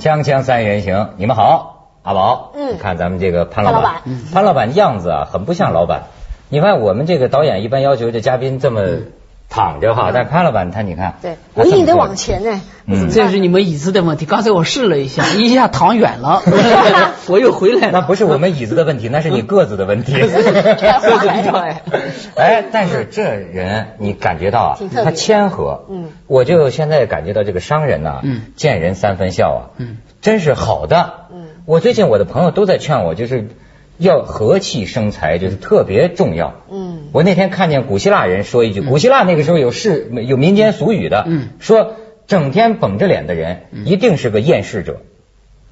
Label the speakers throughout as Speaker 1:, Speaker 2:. Speaker 1: 锵锵三人行，你们好，阿宝，
Speaker 2: 嗯
Speaker 1: 你看咱们这个潘老
Speaker 2: 潘
Speaker 1: 板，嗯
Speaker 2: 老板
Speaker 1: 潘老板样子啊，很不像老板。你看我们这个导演一般要求这嘉宾这么躺着哈，但潘老板他你看，
Speaker 2: 嗯对，
Speaker 1: 他
Speaker 2: 我一
Speaker 1: 这么
Speaker 2: 定得
Speaker 1: 坐
Speaker 2: 往前呢。
Speaker 1: 嗯
Speaker 2: 怎么办
Speaker 3: 这是你们椅子的问题。刚才我试了 一下，一下躺远了，我又回来了。
Speaker 1: 那不是我们椅子的问题，那是你个子的问题。
Speaker 2: 个子比较
Speaker 3: 矮
Speaker 1: 哎，但是这人你感觉到啊
Speaker 2: 挺特，别
Speaker 1: 他谦和。
Speaker 2: 嗯，
Speaker 1: 我就现在感觉到这个商人呐、
Speaker 3: 嗯
Speaker 1: 见人三分笑啊，
Speaker 3: 嗯，
Speaker 1: 真是好的。
Speaker 2: 嗯
Speaker 1: 我最近我的朋友都在劝我，就是要和气生财，就是特别重要。
Speaker 2: 嗯，
Speaker 1: 我那天看见古希腊人说一句，古希腊那个时候有世有民间俗语的，
Speaker 3: 嗯
Speaker 1: 说整天绷着脸的人一定是个厌世者。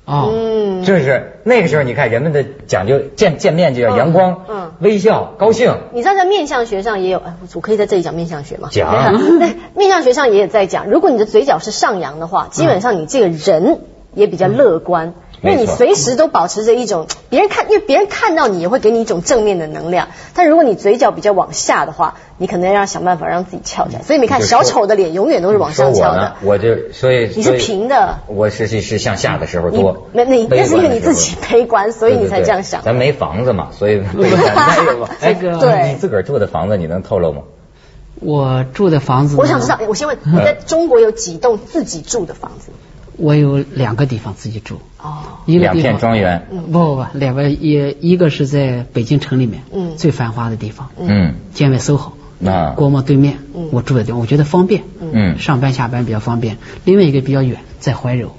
Speaker 3: 啊，
Speaker 2: 嗯，
Speaker 1: 就是那个时候，你看人们的讲究见见面就要阳光、
Speaker 2: 嗯嗯
Speaker 1: 微笑、高兴。
Speaker 2: 你知道在面相学上也有，哎，我可以在这里讲面相学吗？
Speaker 1: 讲
Speaker 2: 对，面相学上也有在讲，如果你的嘴角是上扬的话，基本上你这个人也比较乐观。因
Speaker 1: 嗯
Speaker 2: 为
Speaker 1: 没
Speaker 2: 你
Speaker 1: 错
Speaker 2: 随时都保持着一种别人看，因为别人看到你也会给你一种正面的能量。但如果你嘴角比较往下的话，你可能要想办法让自己翘起来。所以你看，
Speaker 1: 就是
Speaker 2: 小丑的脸永远都是往
Speaker 1: 说
Speaker 2: 上
Speaker 1: 我
Speaker 2: 翘
Speaker 1: 呢
Speaker 2: 的，，
Speaker 1: 我就所以
Speaker 2: 你是平的。
Speaker 1: 所以我是是是向下的时候
Speaker 2: 你
Speaker 1: 多。
Speaker 2: 那那那是因为你自己
Speaker 1: 悲观的时候。
Speaker 2: 悲观，所以你才
Speaker 1: 对对对
Speaker 2: 这样想。
Speaker 1: 咱没房子嘛，所 以悲观。那有吧哎，
Speaker 3: 这个
Speaker 2: 对
Speaker 1: 你自个儿住的房子你能透露吗？
Speaker 3: 我住的房子，
Speaker 2: 我想知道，，我先问，
Speaker 1: 嗯
Speaker 2: 你在中国有几栋自己住的房子？
Speaker 3: 我有两个地方自己住，
Speaker 2: 哦，
Speaker 3: 一个
Speaker 1: 两
Speaker 3: 地
Speaker 1: 片
Speaker 3: 方。
Speaker 1: 庄园。
Speaker 3: 不不不，两个一一个是在北京城里面，
Speaker 2: 嗯
Speaker 3: 最繁华的地方，
Speaker 1: 嗯，
Speaker 3: 建外 SOHO，
Speaker 1: 啊
Speaker 3: 国贸对面，
Speaker 2: 嗯
Speaker 3: 我住的地方，我觉得方便，
Speaker 1: 嗯
Speaker 3: 上班下班比较方便。另外一个比较远，在怀柔，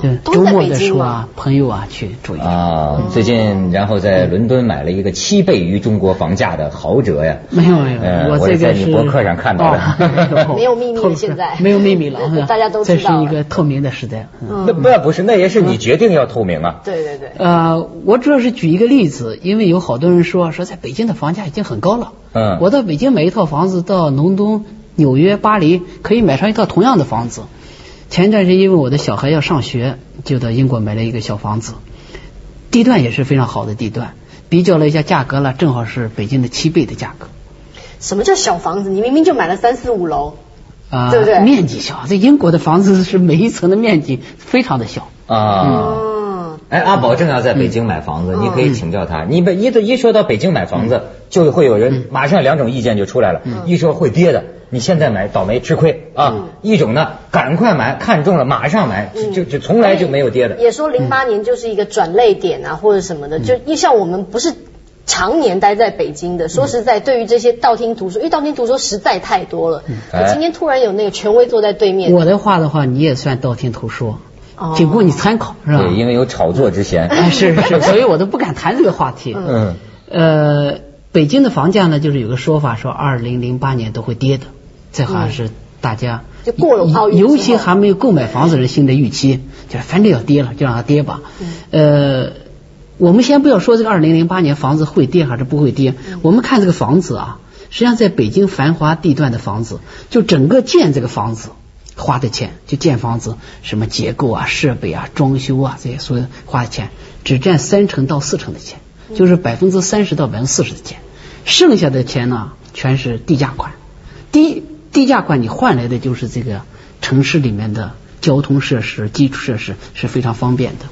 Speaker 3: 对，
Speaker 2: 都
Speaker 3: 周
Speaker 2: 在
Speaker 3: 末
Speaker 2: 北
Speaker 3: 的
Speaker 2: 京
Speaker 3: 时候
Speaker 2: 吗
Speaker 3: 啊，朋友啊去住一下。
Speaker 1: 啊，最近然后在伦敦买了一个七倍于中国房价的豪宅呀。
Speaker 3: 没有没有，
Speaker 1: 呃
Speaker 3: 我
Speaker 1: 我也
Speaker 3: 这
Speaker 1: 在
Speaker 3: 个
Speaker 1: 你
Speaker 3: 是
Speaker 1: 博客上看到的
Speaker 3: 哦
Speaker 2: 没有秘密了现在
Speaker 3: 没有秘密了，嗯
Speaker 2: 大家都知
Speaker 3: 这
Speaker 2: 道
Speaker 3: 是
Speaker 2: 了
Speaker 3: 一个透明的时代。嗯
Speaker 1: 那那不是，那也是你决定要透明啊。
Speaker 2: 对对对，
Speaker 3: 呃，我主要是举一个例子，因为有好多人说说在北京的房价已经很高了。
Speaker 1: 嗯
Speaker 3: 我到北京买一套房子，到伦敦、纽约、巴黎可以买上一套同样的房子。前一段是因为我的小孩要上学，就到英国买了一个小房子，地段也是非常好的地段，比较了一下价格了，正好是北京的七倍的价格。
Speaker 2: 什么叫小房子？你明明就买了三四五楼，
Speaker 3: 啊，
Speaker 2: 对不对
Speaker 3: 面积小，这英国的房子是每一层的面积非常的小。
Speaker 1: 啊。
Speaker 2: 嗯，
Speaker 1: 哎，阿宝正要在北京买房子，
Speaker 2: 哦
Speaker 1: 你可以请教他。你们一一说到北京买房
Speaker 2: 嗯
Speaker 1: 子，就会有人马上两种意见就出来了。一说会跌的，你现在买倒霉吃亏
Speaker 2: 嗯
Speaker 1: 啊；一种呢，赶快买，看中了马上买，就就就从来就没有跌的。
Speaker 2: 哎
Speaker 1: 嗯
Speaker 2: 也说零八年就是一个转类点啊，或者什么的，就因为像我们不是。常年待在北京
Speaker 1: 嗯
Speaker 2: 的，说实在，对于这些道听途说，因为道听途说实在太多
Speaker 1: 嗯
Speaker 2: 了。我
Speaker 1: 哎
Speaker 2: 今天突然有那个权威坐在对面，
Speaker 3: 我的话的话，你也算道听途说
Speaker 2: 哦，
Speaker 3: 仅供你参考，是吧？
Speaker 1: 对，因为有炒作之嫌。
Speaker 3: 哎，是是是，所以我都不敢谈这个话题。
Speaker 1: 嗯
Speaker 3: 呃，北京的房价呢，就是有个说法说，二零零八年都会跌的，这好像是大家
Speaker 2: 嗯就过了奥运之后
Speaker 3: 尤其还没有购买房子人心的预期，就是反正要跌了，就让它跌吧。
Speaker 2: 嗯
Speaker 3: 呃，我们先不要说这个二零零八年房子会跌还是不会跌，我们看这个房子啊，实际上在北京繁华地段的房子，就整个建这个房子。花的钱就建房子，什么结构啊、设备啊、装修啊这些所有花的钱，只占三成到四成的钱，就是百分之三十到百分之四十的钱，剩下的钱呢全是地价款。低低价款你换来的就是这个城市里面的交通设施、基础设施是非常方便的。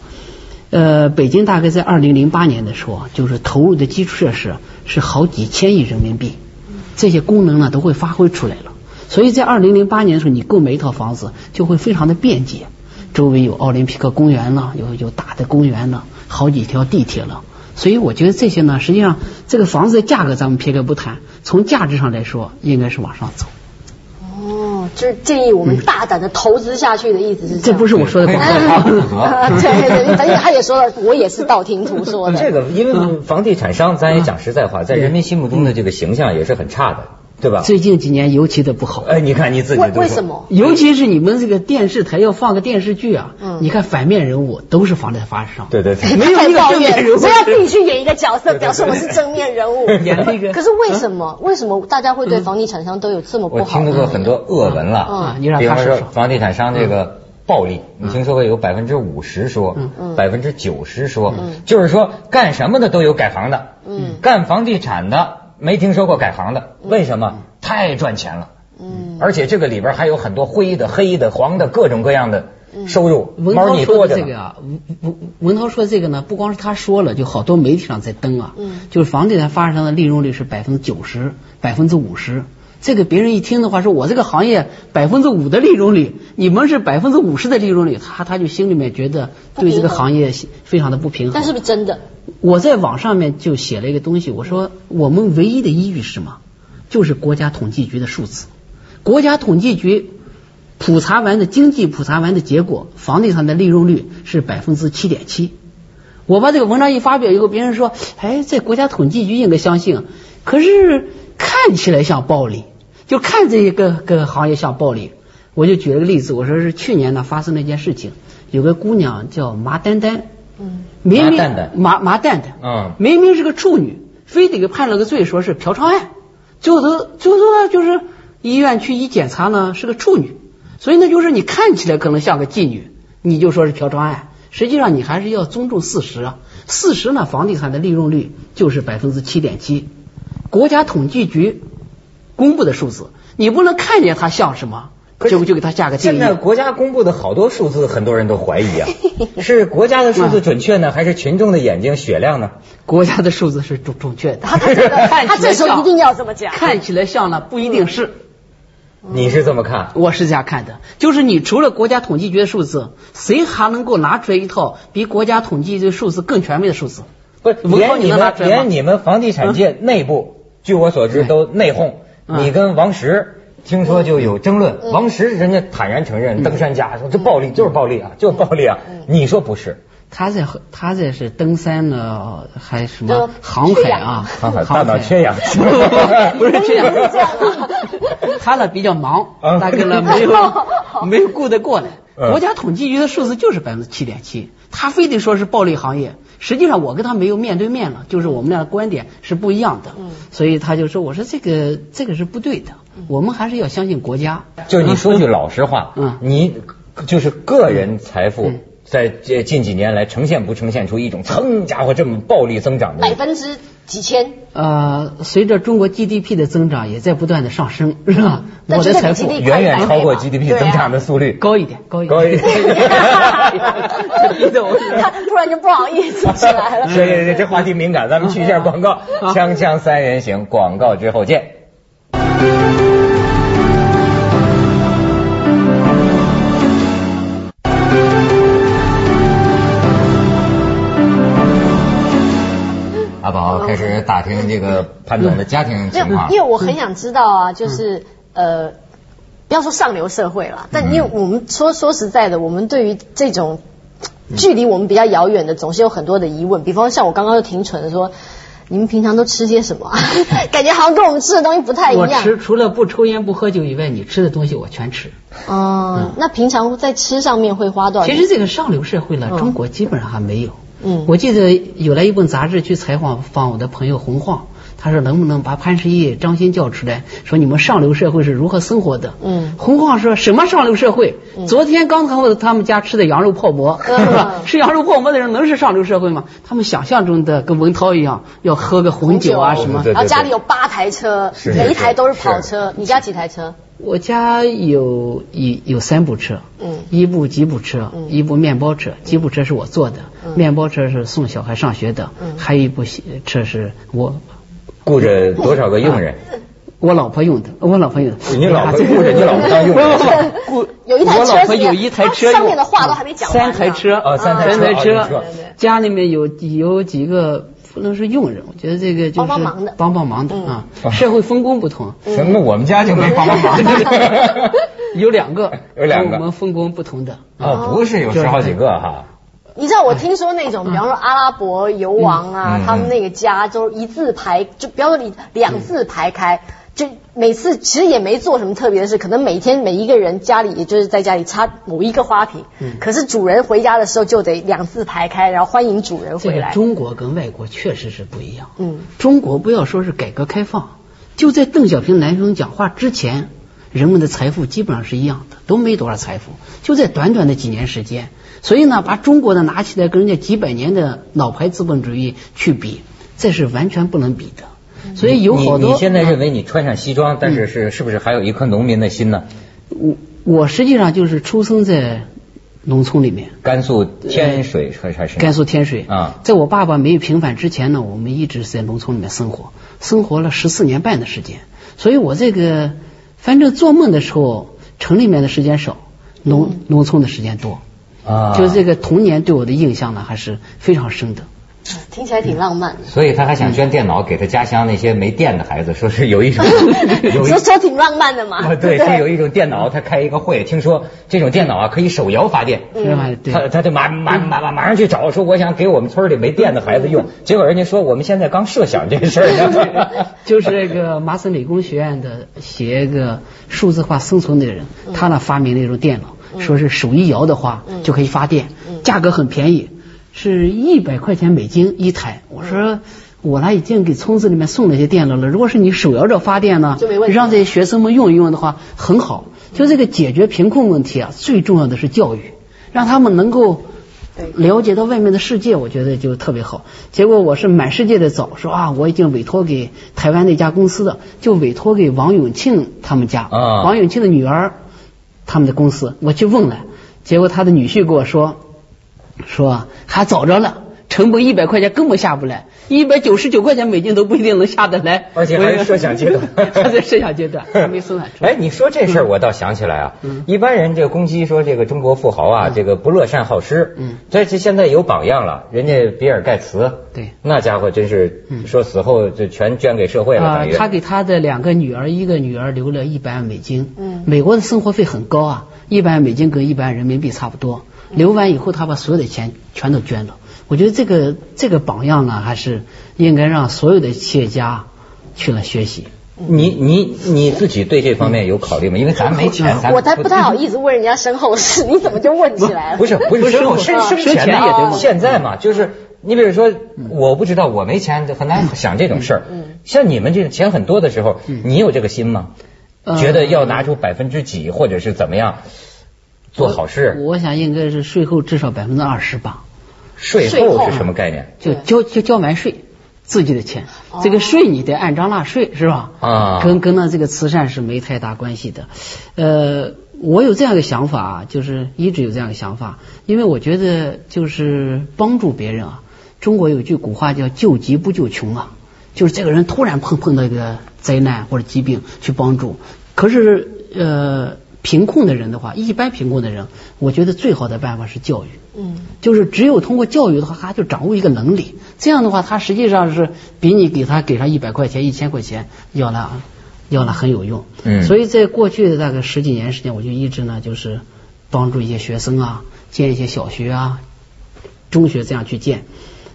Speaker 3: 呃，北京大概在二零零八年的时候啊，就是投入的基础设施是好几千亿人民币，这些功能呢都会发挥出来了。所以在二零零八年的时候，你购买一套房子就会非常的便捷，周围有奥林匹克公园了，有有大的公园了，好几条地铁了。所以我觉得这些呢，实际上这个房子的价格咱们撇开不谈，从价值上来说，应该是往上走。
Speaker 2: 哦，就是建议我们大胆的投资下去的意思是
Speaker 3: 这
Speaker 2: 样
Speaker 3: 不是我说的
Speaker 1: 对
Speaker 3: 广
Speaker 2: 啊
Speaker 1: 不
Speaker 3: 告。
Speaker 1: 符合
Speaker 2: 对对对，反正他也说了，我也是道听途说的。
Speaker 1: 这个，因
Speaker 2: 嗯
Speaker 1: 为房地产商，咱也讲实在话，在人民心目中的这个形象也是很差的，对吧？
Speaker 3: 最近几年尤其的不好，
Speaker 1: 哎，你看你自己
Speaker 2: 为
Speaker 1: 都说
Speaker 2: 为什？么？
Speaker 3: 尤其是你们这个电视台要放个电视剧啊，
Speaker 2: 嗯
Speaker 3: 你看反面人物都是房地产商，
Speaker 1: 对对对。
Speaker 3: 没有一个正面人物
Speaker 2: 所以要自己去演一个角色，表示我是正面人物。
Speaker 3: 演那个
Speaker 2: 可是为什么？为什么大家会对房地产商都有这么
Speaker 1: 我
Speaker 2: 不好
Speaker 1: 听
Speaker 2: 的？
Speaker 1: 说过很多恶闻了，
Speaker 3: 嗯你让
Speaker 1: 比
Speaker 3: 他
Speaker 1: 方说
Speaker 3: 说说
Speaker 1: 房地产商这个暴利，你听说过有百分之五十说
Speaker 3: 嗯，
Speaker 1: 百分之九十说，就是说干什么的都有改行的，
Speaker 2: 嗯
Speaker 1: 干房地产的没听说过改行的，
Speaker 3: 嗯
Speaker 1: 为什么？太赚钱了，
Speaker 2: 嗯
Speaker 1: 而且这个里边还有很多灰的、黑的、黄的各种各样的收入，
Speaker 3: 嗯文
Speaker 1: 猫
Speaker 3: 涛
Speaker 1: 你
Speaker 3: 说
Speaker 1: 多
Speaker 3: 的
Speaker 1: 着
Speaker 3: 这
Speaker 1: 呢。
Speaker 3: 个啊，文文文涛说的这个呢，不光是他说了，就好多媒体上在登啊，
Speaker 2: 嗯
Speaker 3: 就是房地产发展商的利润率是百分之九十、百分之五十，这个别人一听的话，说我这个行业百分之五的利润率，你们是百分之五十的利润率，他他就心里面觉得对这
Speaker 2: 不平
Speaker 3: 个
Speaker 2: 衡
Speaker 3: 行业非常的不平衡。
Speaker 2: 但是不是真的？
Speaker 3: 我在网上面就写了一个东西，我说我们唯一的依据是什么？就是国家统计局的数字。国家统计局普查完的经济普查完的结果，房地产的利润率是百分之七点七。我把这个文章一发表以后，别人说，哎，这国家统计局应该相信，可是看起来像暴利，就看这一个个行业像暴利。我就举了个例子，我说是去年呢发生了一件事情，有个姑娘叫麻丹丹，
Speaker 2: 嗯，
Speaker 3: 明
Speaker 1: 麻
Speaker 3: 明
Speaker 1: 蛋蛋
Speaker 3: 麻麻蛋蛋，
Speaker 1: 嗯
Speaker 3: 明明是个处女，非得给判了个罪，说是嫖娼案，最后都最后呢就是医院去一检查呢是个处女，所以呢就是你看起来可能像个妓女，你就说是嫖娼案，实际上你还是要尊重事实啊。事实呢，房地产的利润率就是百分之七点七，国家统计局公布的数字，你不能看见它像什么，
Speaker 1: 可是
Speaker 3: 就就给它下个定义。
Speaker 1: 现在国家公布的好多数字，很多人都怀 疑啊，是国家的数字准确呢，还是群众的眼睛雪亮呢？
Speaker 3: 国家的数字是准准确的，
Speaker 2: 他他这个 他这时候一定要这么讲。
Speaker 3: 看起来像呢，不一定是。嗯
Speaker 1: 你是这么看？
Speaker 3: 我是这样看的，就是你除了国家统计局的数字，谁还能够拿出来一套比国家统计局数字更权威的数字？
Speaker 1: 不是，
Speaker 3: 文涛
Speaker 1: 连
Speaker 3: 你
Speaker 1: 你
Speaker 3: 能拿
Speaker 1: 们
Speaker 3: 出来吗
Speaker 1: 连你们房地产界内部，据我所知都内讧。
Speaker 3: 嗯
Speaker 1: 你跟王石听说就有争
Speaker 2: 嗯
Speaker 1: 论，王石人家坦然承
Speaker 3: 嗯
Speaker 1: 认，登山家说这暴力就是暴力啊，就是暴力啊。
Speaker 2: 嗯
Speaker 1: 你说不是？
Speaker 3: 他这他这是登山呢，还什
Speaker 2: 呃
Speaker 3: 么航海啊？
Speaker 1: 航海大脑缺氧
Speaker 3: 不是缺氧
Speaker 2: 不是这样啊。
Speaker 3: 他呢比较忙，
Speaker 1: 啊
Speaker 3: 大概呢没有没有顾得过来。
Speaker 1: 嗯
Speaker 3: 国家统计局的数字就是百分之七点七，他非得说是暴利行业。实际上我跟他没有面对面了，就是我们俩的观点是不一样的。
Speaker 2: 嗯
Speaker 3: 所以他就说：“我说这个这个是不对的，我们还是要相信国家。”啊
Speaker 1: 就你说句老实话，
Speaker 3: 嗯
Speaker 1: 你就是个人财富
Speaker 3: 嗯。
Speaker 1: 在这近几年来，呈现不呈现出一种噌家伙这么暴力增长的
Speaker 2: 百分之几千，
Speaker 3: 呃，随着中国 GDP 的增长也在不断的上升，是吧？
Speaker 2: 但
Speaker 3: 我的
Speaker 2: 这个
Speaker 3: 财富
Speaker 2: GDP
Speaker 1: 远远超过
Speaker 2: 百分之
Speaker 1: GDP 增长的速率？
Speaker 3: 高一点，高一点，
Speaker 1: 高 一点
Speaker 3: 逼得我
Speaker 2: 他突然就不好意 思起来了。
Speaker 1: 所以这这话题敏感，咱们去一下广告。锵锵三人行，广告之后见。阿宝开始打听这个潘总的家庭
Speaker 2: 没有
Speaker 1: 情况，，
Speaker 2: 因为我很想知道啊，就是、
Speaker 3: 嗯
Speaker 2: 呃，不要说上流社会啦，但因为我们说说实在的，我们对于这种距离我们比较遥远的，总是有很多的疑问。比方像我刚刚就挺蠢的说，你们平常都吃些什么 啊？感觉好像跟我们吃的东西不太一
Speaker 3: 我
Speaker 2: 样。
Speaker 3: 吃除了不抽烟不喝酒以外，你吃的东西我全吃。
Speaker 2: 嗯，那平常在吃上面会花多少
Speaker 3: 其
Speaker 2: 钱？
Speaker 3: 实这个上流社会呢，
Speaker 2: 哦嗯
Speaker 3: 中国基本上还没有。
Speaker 2: 嗯
Speaker 3: 我记得有来一本杂志去采访访我的朋友洪晃，他说能不能把潘石屹、张欣叫出来，说你们上流社会是如何生活的？
Speaker 2: 嗯
Speaker 3: 洪晃说什么上流社会？昨天刚才我他们家吃的羊肉泡馍，
Speaker 2: 嗯
Speaker 3: 是吧？吃羊肉泡馍的人能是上流社会吗？他们想象中的跟文涛一样，要喝个红酒啊
Speaker 1: 红酒
Speaker 3: 什么。
Speaker 1: 对对
Speaker 2: 然后家里有八台车，
Speaker 1: 是
Speaker 2: 每一台都是
Speaker 1: 是
Speaker 2: 跑车。你家几台车？
Speaker 3: 我家有一有三部车，
Speaker 2: 嗯
Speaker 3: 一部吉普车，
Speaker 2: 嗯
Speaker 3: 一部面包车，吉普车是我坐的，
Speaker 2: 嗯
Speaker 3: 面包车是送小孩上学的，
Speaker 2: 嗯
Speaker 3: 还有一部车是我
Speaker 1: 雇着多少个佣人？
Speaker 3: 我老婆用的，我老婆用的。
Speaker 1: 你老婆雇着你老婆当佣人
Speaker 3: 雇
Speaker 2: 有一台车
Speaker 3: 我老
Speaker 2: 是
Speaker 3: 婆
Speaker 2: 不是
Speaker 3: 有一台车
Speaker 2: 它
Speaker 3: 用，
Speaker 2: 上面的话都还没讲完呢
Speaker 3: 三台车，
Speaker 1: 哦三台
Speaker 3: 台
Speaker 1: 车哦对对
Speaker 3: 车
Speaker 1: 对，
Speaker 3: 家里面有有几个不能是佣人，我觉得这个就
Speaker 2: 帮
Speaker 3: 是
Speaker 2: 帮忙的
Speaker 3: 帮帮忙的
Speaker 2: 嗯
Speaker 3: 啊，社会分工不同。
Speaker 1: 什么？我们家就没 帮忙。
Speaker 3: 有两个，
Speaker 1: 有两
Speaker 3: 我
Speaker 1: 个
Speaker 3: 们分工不同的。
Speaker 1: 哦，不是有十好几个哈。
Speaker 2: 你知道我听说那种，比方说阿拉伯游王啊，
Speaker 1: 嗯嗯嗯
Speaker 2: 他们那个家都一字排，就不要说你两字排开，就每次其实也没做什么特别的事，可能每天每一个人家里也就是在家里插某一个花瓶，
Speaker 1: 嗯
Speaker 2: 可是主人回家的时候就得两字排开，然后欢迎主人
Speaker 3: 这
Speaker 2: 回
Speaker 3: 个
Speaker 2: 来。
Speaker 1: 嗯
Speaker 3: 中国跟外国确实是不一样。
Speaker 2: 嗯，
Speaker 3: 中国不要说是改革开放，就在邓小平南巡讲话之前，人们的财富基本上是一样的，都没多少财富，就在短短的几年时间。所以呢，把中国的拿起来跟人家几百年的老牌资本主义去比，这是完全不能比的。所以有好
Speaker 1: 嗯你
Speaker 3: 多嗯
Speaker 1: 你现在认为你穿上西装，但是是是不是还有一颗农民的心呢？
Speaker 3: 我我实际上就是出生在农村里面。
Speaker 1: 甘肃天水还还是
Speaker 3: 呃甘肃天水
Speaker 1: 啊
Speaker 3: 在我爸爸没有平反之前呢，我们一直是在农村里面生活，生活了十四年半的时间。所以我这个反正做梦的时候，城里面的时间少，农农村的时间多。
Speaker 1: 嗯啊，
Speaker 3: 就是这。个童年对我的印象呢，还是非常深的。
Speaker 2: 听起来挺浪漫的。
Speaker 1: 所以他还
Speaker 3: 嗯
Speaker 1: 想捐电脑给他家乡那些没电的孩子，说是有一种 嗯有一
Speaker 2: 说说挺浪漫的嘛，
Speaker 1: 啊，对，说有一种电脑，他开一个会，听说这种电脑啊可以手摇发电。
Speaker 3: 是吧？嗯对。嗯
Speaker 1: 他他就马马马马马上去找，说我想给我们村里没电的孩子用，结果人家说我们现在刚设想这事 儿，
Speaker 3: 就是那个麻省理工学院的写一个数字化生存的人，
Speaker 2: 嗯
Speaker 3: 他呢发明了一种电脑，说是手一摇的话就可以发电，
Speaker 2: 嗯
Speaker 3: 价格很便宜，是一百块钱美金一台。我
Speaker 2: 嗯
Speaker 3: 说。我呢已经给村子里面送了一些电脑了，如果是你手摇着发电呢
Speaker 2: 就没问，题嗯
Speaker 3: 让这些学生们用一用的话，很好。就这个解决贫困问题啊，最重要的是教育，让他们能够了解到外面的世界，我觉得就特别好。结果我是满世界的找，说啊，我已经委托给台湾那家公司的，就委托给王永庆他们家，
Speaker 1: 啊
Speaker 3: 王永庆的女儿他们的公司，我去问了，结果他的女婿跟我说，说还早着了。成本一百块钱根本下不来，一百九十九块钱美金都不一定能下得来，
Speaker 1: 而且还是设想阶段
Speaker 3: 还在设想阶段，还没 生产出来。嗯
Speaker 1: 哎，你说这事儿我倒想起来啊，一般人就攻击说这个中国富豪啊，这个不乐善好施，
Speaker 3: 嗯，
Speaker 1: 这这现在有榜样了，人家比尔盖茨，
Speaker 3: 对嗯
Speaker 1: 那家伙真是说死后就全捐给社会了，
Speaker 3: 啊、
Speaker 1: 等于
Speaker 3: 他给他的两个女儿，一个女儿留了一百万美金。
Speaker 2: 嗯
Speaker 3: 美国的生活费很高啊，一百万美金跟一百万人民币差不多。留完以后，他把所有的钱全都捐了。我觉得这个这个榜样啊呢，还是应该让所有的企业家去了学习。
Speaker 1: 你你你自己对这方面有考虑吗？因为咱没钱，咱
Speaker 2: 我才不太好意思问人家身后事，你怎么就问起来了？
Speaker 1: 不是不是
Speaker 3: 不是
Speaker 1: 生活
Speaker 3: 生
Speaker 1: 生
Speaker 3: 活
Speaker 1: 生
Speaker 3: 生
Speaker 1: 钱
Speaker 3: 钱
Speaker 1: 的
Speaker 3: 也得
Speaker 1: 啊
Speaker 3: 问
Speaker 1: 现在嘛，就是你比如说，我不知道我没钱，就很难想这种事儿。像你们这钱很多的时候，你有这个心吗？
Speaker 3: 呃
Speaker 1: 觉得要拿出百分之几，或者是怎么样做好事？
Speaker 3: 我想应该是税后至少百分之二十吧，
Speaker 1: 税
Speaker 2: 税
Speaker 1: 后
Speaker 2: 后
Speaker 1: 是什么概念？
Speaker 3: 就
Speaker 2: 对
Speaker 3: 交就交完税。自己的钱，这个税你得按章纳税是吧？
Speaker 1: 啊
Speaker 3: 跟跟那这个慈善是没太大关系的。呃，我有这样一个想法啊，就是一直有这样一个想法，因为我觉得就是帮助别人啊。中国有句古话叫“救急不救穷”啊，就是这个人突然碰碰到一个灾难或者疾病去帮助。可是呃，贫困的人的话，一般贫困的人，我觉得最好的办法是教育。
Speaker 2: 嗯，
Speaker 3: 就是只有通过教育的话，他就掌握一个能力。这样的话，他实际上是比你给他给他一百块钱、一千块钱要呢要呢很有用。
Speaker 1: 嗯
Speaker 3: 所以在过去的大概十几年时间，我就一直呢就是帮助一些学生啊，建一些小学啊、中学这样去建。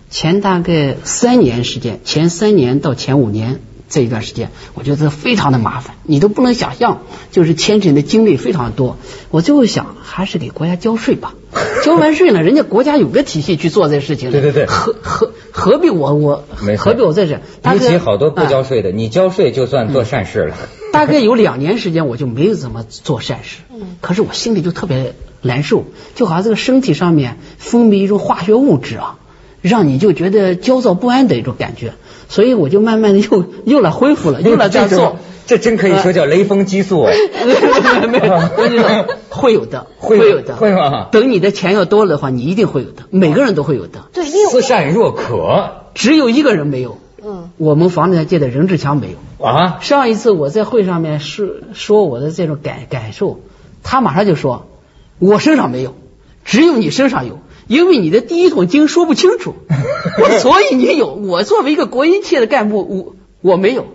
Speaker 3: 前大概三年时间，前三年到前五年这一段时间，我觉得非常的麻烦，你都不能想象，就是牵扯你的精力非常多。我最后想，还是给国家交 税吧。交完税呢，人家国家有个体系去做这事情了。
Speaker 1: 对对对
Speaker 3: 何何何必我我
Speaker 1: 没错
Speaker 3: 何必我在这？大
Speaker 1: 比
Speaker 3: 概
Speaker 1: 起好多不交
Speaker 3: 啊
Speaker 1: 税的，你交税就算做善 事了。
Speaker 3: 大概有两年时间，我就没有怎么做善事。可是我心里就特别难受，就好像这个身体上面分泌一种化学物质啊，让你就觉得焦躁不安的一种感觉。所以我就慢慢的又 又来恢 复了，又来这样做。
Speaker 1: 这真可以说叫雷锋激 素啊！
Speaker 3: 没有，我就说会有的，
Speaker 1: 会有
Speaker 3: 有的，
Speaker 1: 会吗
Speaker 3: 等你的钱要多了的话，你一定会有的，每个人都会有的，
Speaker 2: 对，因为
Speaker 1: 慈善若渴
Speaker 3: 只有一个人没有，
Speaker 2: 嗯，
Speaker 3: 我们房地产界的任志强没有。
Speaker 1: 啊！
Speaker 3: 上一次我在会上面是说我的这种感感受，他马上就说，我身上没有，只有你身上有，因为你的第一桶金说不清楚，我所以你有。我作为一个国营企业的干部，我我没有。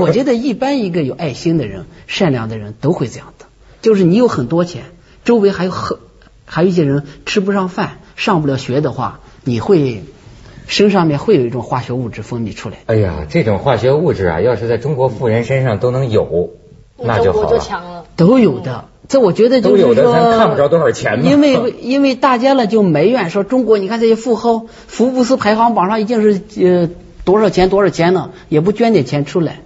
Speaker 3: 我觉得一般一个有爱心的人、善良的人都会这样的，就是你有很多钱，周围还有很还有一些人吃不上饭、上不了学的话，你会身上面会有一种化学物质分泌出来。
Speaker 1: 哎呀，这种化学物质啊，要是在中国富人身上都能有，那就
Speaker 2: 中
Speaker 1: 好
Speaker 2: 国
Speaker 1: 了。
Speaker 2: 就强了。
Speaker 3: 都有的。这我觉得就是
Speaker 1: 都有的
Speaker 3: 说，
Speaker 1: 咱看不着多少钱嘛
Speaker 3: 因为 因为大家呢就埋怨说中国，你看这些富豪，福布斯排行榜上已经是呃多少钱多少钱呢，也不捐点钱出来，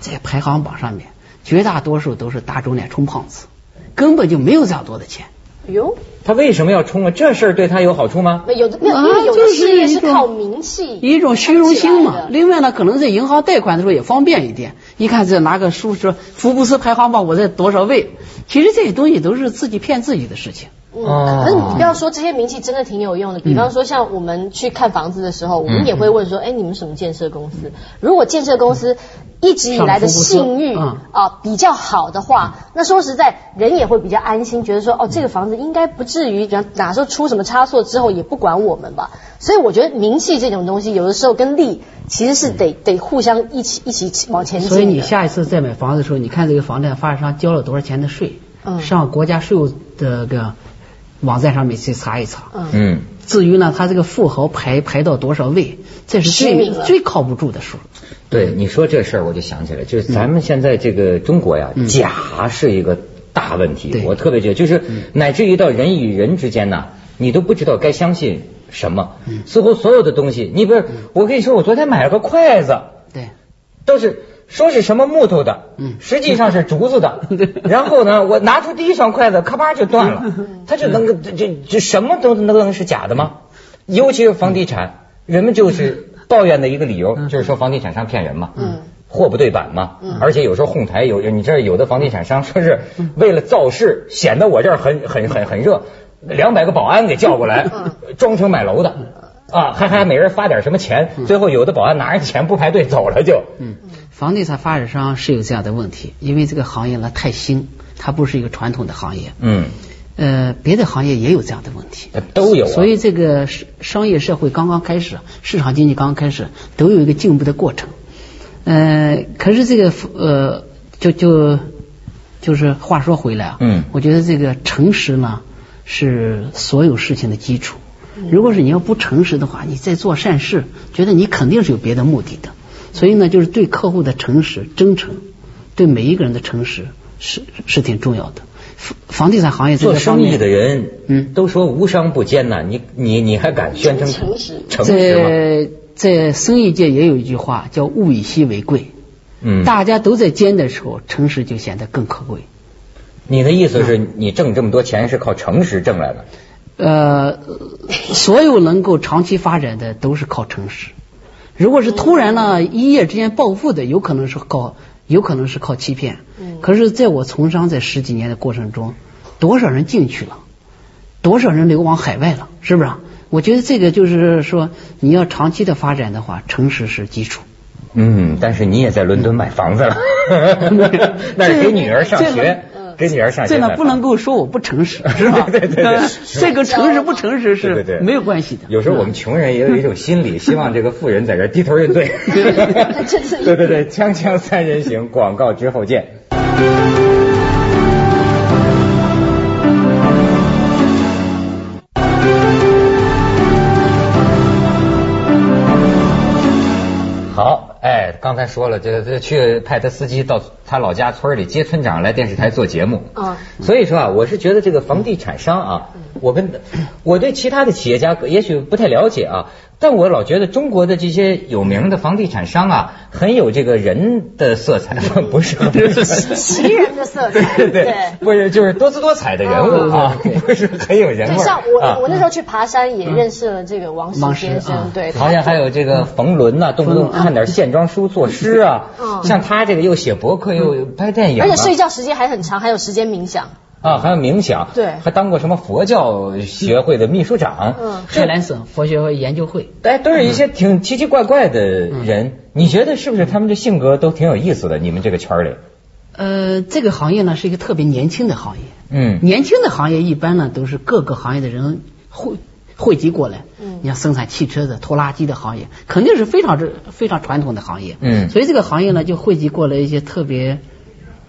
Speaker 3: 在排行榜上面绝大多数都是打肿脸充胖子，根本就没有这样多的钱。
Speaker 2: 哟，
Speaker 1: 他为什么要冲啊？这事儿对他有好处吗？
Speaker 2: 没有的，没有，
Speaker 3: 啊
Speaker 2: 因为有的
Speaker 3: 就是
Speaker 2: 事业
Speaker 3: 一
Speaker 2: 是
Speaker 3: 种
Speaker 2: 靠名气，
Speaker 3: 一种虚荣心嘛。
Speaker 2: 的。
Speaker 3: 另外呢，可能在银行贷款的时候也方便一点。一看这拿个书说福布斯排行榜我在多少位，其实这些东西都是自己骗自己的事情。
Speaker 1: 啊
Speaker 2: 嗯，可
Speaker 3: 哦
Speaker 2: 是你不要说这些名气真的挺有用的，比
Speaker 3: 嗯
Speaker 2: 方说像我们去看房子的时候，我们也会问说，哎，你们什么建设公司？如果建设公司一直以来的信誉
Speaker 3: 上浮不嗯
Speaker 2: 啊、比较好的话，那说实在，人也会比较安心，觉得说，哦，这个房子应该不至于哪哪时候出什么差错之后也不管我们吧。所以我觉得名气这种东西，有的时候跟利其实是得得互相一起一起往前进的。
Speaker 3: 所以你下一次再买房子的时候，你看这个房贷发展商交了多少钱的税，
Speaker 2: 嗯
Speaker 3: 上国家税务的个网站上面去查一查。
Speaker 2: 嗯
Speaker 1: 嗯，
Speaker 3: 至于呢，他这个富豪排排到多少位，这是
Speaker 2: 虚
Speaker 3: 最
Speaker 2: 名了
Speaker 3: 最靠不住的数。
Speaker 1: 对，你说这事儿我就想起来，就是咱们现在这个中国呀，假是一个大问题
Speaker 3: 对，
Speaker 1: 我特别觉得，就是乃至于到人与人之间呐，你都不知道该相信什么，似乎所有的东西，你不是，我跟你说，我昨天买了个筷子，
Speaker 3: 对，
Speaker 1: 都是说是什么木头的，
Speaker 3: 嗯
Speaker 1: 实际上是竹子的。然后呢，我拿出第一双筷子，咔吧就断了。它这能这这这什么都能能是假的吗？尤其是房地产，人们就是抱怨的一个理由，就是说房地产商骗人嘛。
Speaker 2: 嗯
Speaker 1: 货不对版嘛，而且有时候哄抬有，你知道有的房地产商说是为了造势，显得我这儿很很很很热，两百个保安给叫过来，装成买楼的，啊，还还每人发点什么钱，最后有的保安拿着钱不排队走了就，
Speaker 3: 嗯，房地产发展商是有这样的问题，因为这个行业呢太新，它不是一个传统的行业。
Speaker 1: 嗯，
Speaker 3: 呃，别的行业也有这样的问题。
Speaker 1: 都有、啊，
Speaker 3: 所以这个商商业社会刚刚开始，市场经济刚刚开始，都有一个进步的过程。呃，可是这个呃，就就就是话说回来啊，
Speaker 1: 嗯
Speaker 3: 我觉得这个诚实呢是所有事情的基础。
Speaker 1: 嗯
Speaker 3: 如果是你要不诚实的话，你在做善事，觉得你肯定是有别的目的的。所以呢，就是对客户的诚实、真诚，对每一个人的诚实是是挺重要的。房房地产行业在
Speaker 1: 做
Speaker 3: 这方
Speaker 1: 生
Speaker 3: 面
Speaker 1: 意的人，
Speaker 3: 嗯
Speaker 1: 都说无商不奸呐、你你你还敢宣称
Speaker 2: 诚实
Speaker 1: 诚实吗？
Speaker 3: 在在生意界也有一句话叫“物以稀为贵”，
Speaker 1: 嗯，
Speaker 3: 大家都在煎的时候，诚实就显得更可贵。
Speaker 1: 你的意思是你挣这么多钱是靠诚实挣来的？
Speaker 3: 呃，所有能够长期发展的都是靠诚实。如果是突然呢，一夜之间暴富的，有可能是靠，有可能是靠欺骗。可是，在我从商在十几年的过程中，多少人进去了，多少人流往海外了，是不是啊？我觉得这个就是说，你要长期的发展的话，诚实是基础。
Speaker 1: 嗯，但是你也在伦敦买房子了， 那是给女儿上学，给女儿上学
Speaker 3: 嗯
Speaker 1: 买
Speaker 3: 这呢
Speaker 1: 房，
Speaker 3: 不能够说我不诚实，是吧？
Speaker 1: 对对对对
Speaker 3: 这个诚实不诚实
Speaker 1: 对对对
Speaker 3: 是没有关系的。
Speaker 1: 有时候我们穷人也有一种心 理，希望这个富人在这儿低头认罪。
Speaker 2: 真是
Speaker 1: 对对对，锵锵三人行，广告之后见。好，哎，刚才说了，这这去派他司机到他老家村里接村长来电视台做节目。
Speaker 3: 哦
Speaker 2: 啊
Speaker 1: 所以说啊，我是觉得这个房地产商啊，
Speaker 2: 嗯
Speaker 1: 我跟 我对其他的企业家也许不太了解啊，但我老觉得中国的这些有名的房地产商啊，很有这个人的色彩， 不是
Speaker 2: 奇人的色彩，
Speaker 1: 对对，不是就是多姿多彩的人物啊，不是很有人
Speaker 2: 哦对，
Speaker 1: 味儿
Speaker 2: 像我、
Speaker 1: 啊
Speaker 2: 我那时候去爬山也认识了这个王
Speaker 3: 王
Speaker 2: 石
Speaker 3: 石
Speaker 2: 先生，
Speaker 3: 啊
Speaker 2: 对，
Speaker 1: 好像还有这个冯仑呐、动不动看点线装书作诗啊，
Speaker 2: 嗯
Speaker 1: 像他这个又写博客又拍电影啊，
Speaker 2: 而且睡觉时间还很长，还有时间冥想。
Speaker 1: 啊，还有冥想，
Speaker 2: 对
Speaker 1: 还当过什么佛教学会的秘书长，
Speaker 2: 嗯
Speaker 3: 海南省佛学会研究会，
Speaker 1: 哎，都是一些挺奇奇怪怪的人，你觉得是不是他们这性格都挺有意思的？你们这个圈儿里，
Speaker 3: 呃，这个行业呢是一个特别年轻的行业，
Speaker 1: 嗯，
Speaker 3: 年轻的行业一般呢都是各个行业的人汇汇集过来。
Speaker 2: 嗯
Speaker 3: 你像生产汽车的、拖拉机的行业，肯定是非常之非常传统的行业。
Speaker 1: 嗯
Speaker 3: 所以这个行业呢就汇集过来一些特别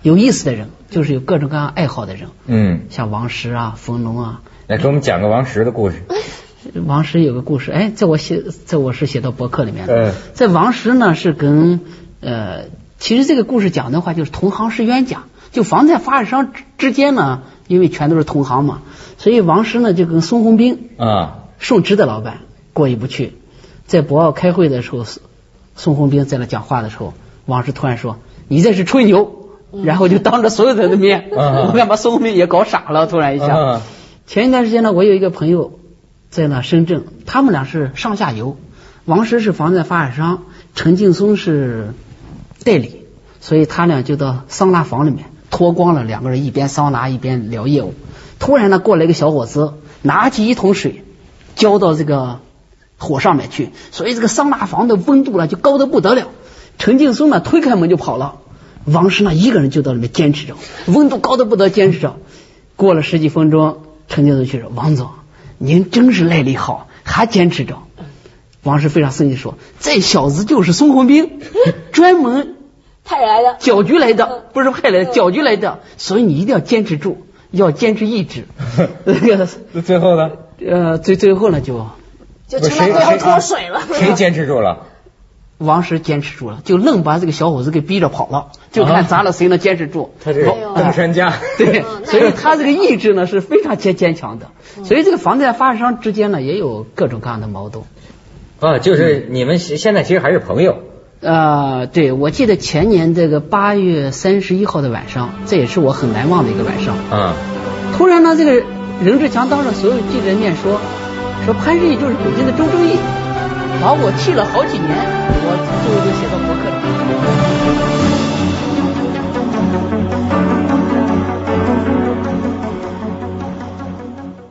Speaker 3: 有意思的人，就是有各种各样爱好的人，
Speaker 1: 嗯，
Speaker 3: 像王石啊、冯龙啊，
Speaker 1: 来给我们讲个王石的故事。
Speaker 3: 王石有个故事，哎，这我写，这我是写到博客里面的。
Speaker 1: 嗯
Speaker 3: 在王石呢是跟呃，其实这个故事讲的话就是同行是冤家，就房地产发展商之之间呢，因为全都是同行嘛，所以王石呢就跟孙宏斌
Speaker 1: 啊，
Speaker 3: 顺直的老板过意不去。在博鳌开会的时候，孙孙宏斌在那讲话的时候，王石突然说：“你这是吹牛。”然后就当着所有人的面，
Speaker 1: 嗯
Speaker 3: 我们把孙宏斌也搞傻了，突然一 下。
Speaker 1: 嗯
Speaker 3: 前一段时间呢，我有一个朋友在那深圳，他们俩是上下游，王石是房地产发展商，陈劲松是代理，所以他俩就到桑拿房里面脱光了，两个人一边桑拿一边聊业务。突然呢，过来一个小伙子，拿起一桶水浇到这个火上面去，所以这个桑拿房的温度呢就高的不得了。陈劲松呢推开门就跑了，王石呢一个人就到里面坚持着，温度高的不得，坚持着。过了十几分钟，陈劲松去说：“王总，您真是耐力好，还坚持着。”王石非常生气说：“这小子就是孙宏斌，专门
Speaker 2: 派来的，
Speaker 3: 搅局来的，不是派来的，搅局来的。所以你一定要坚持住，要坚持意志。
Speaker 1: 那最后呢？
Speaker 3: 呃，最最后呢就
Speaker 2: 就撑到最后脱水了。
Speaker 1: 谁坚持住了？
Speaker 3: 王石坚持住了，就愣把这个小伙子给逼着跑了，就看咱俩谁能坚持住。
Speaker 1: 他
Speaker 2: 哎
Speaker 1: 这登山家，
Speaker 3: 对，
Speaker 2: 嗯
Speaker 3: 所以他这个意志呢是非常坚坚强的。所以这个房地产发展商之间呢也有各种各样的矛盾。
Speaker 1: 啊，就是你们现在其实还是朋友。
Speaker 3: 呃，对，我记得前年这个八月三十一号的晚上，这也是我很难忘的一个晚上。
Speaker 1: 啊、
Speaker 3: 嗯，突然呢，这个任志强当着所有记者面说，说潘石屹就是北京的周正义，把我气了好几年，我做一个写。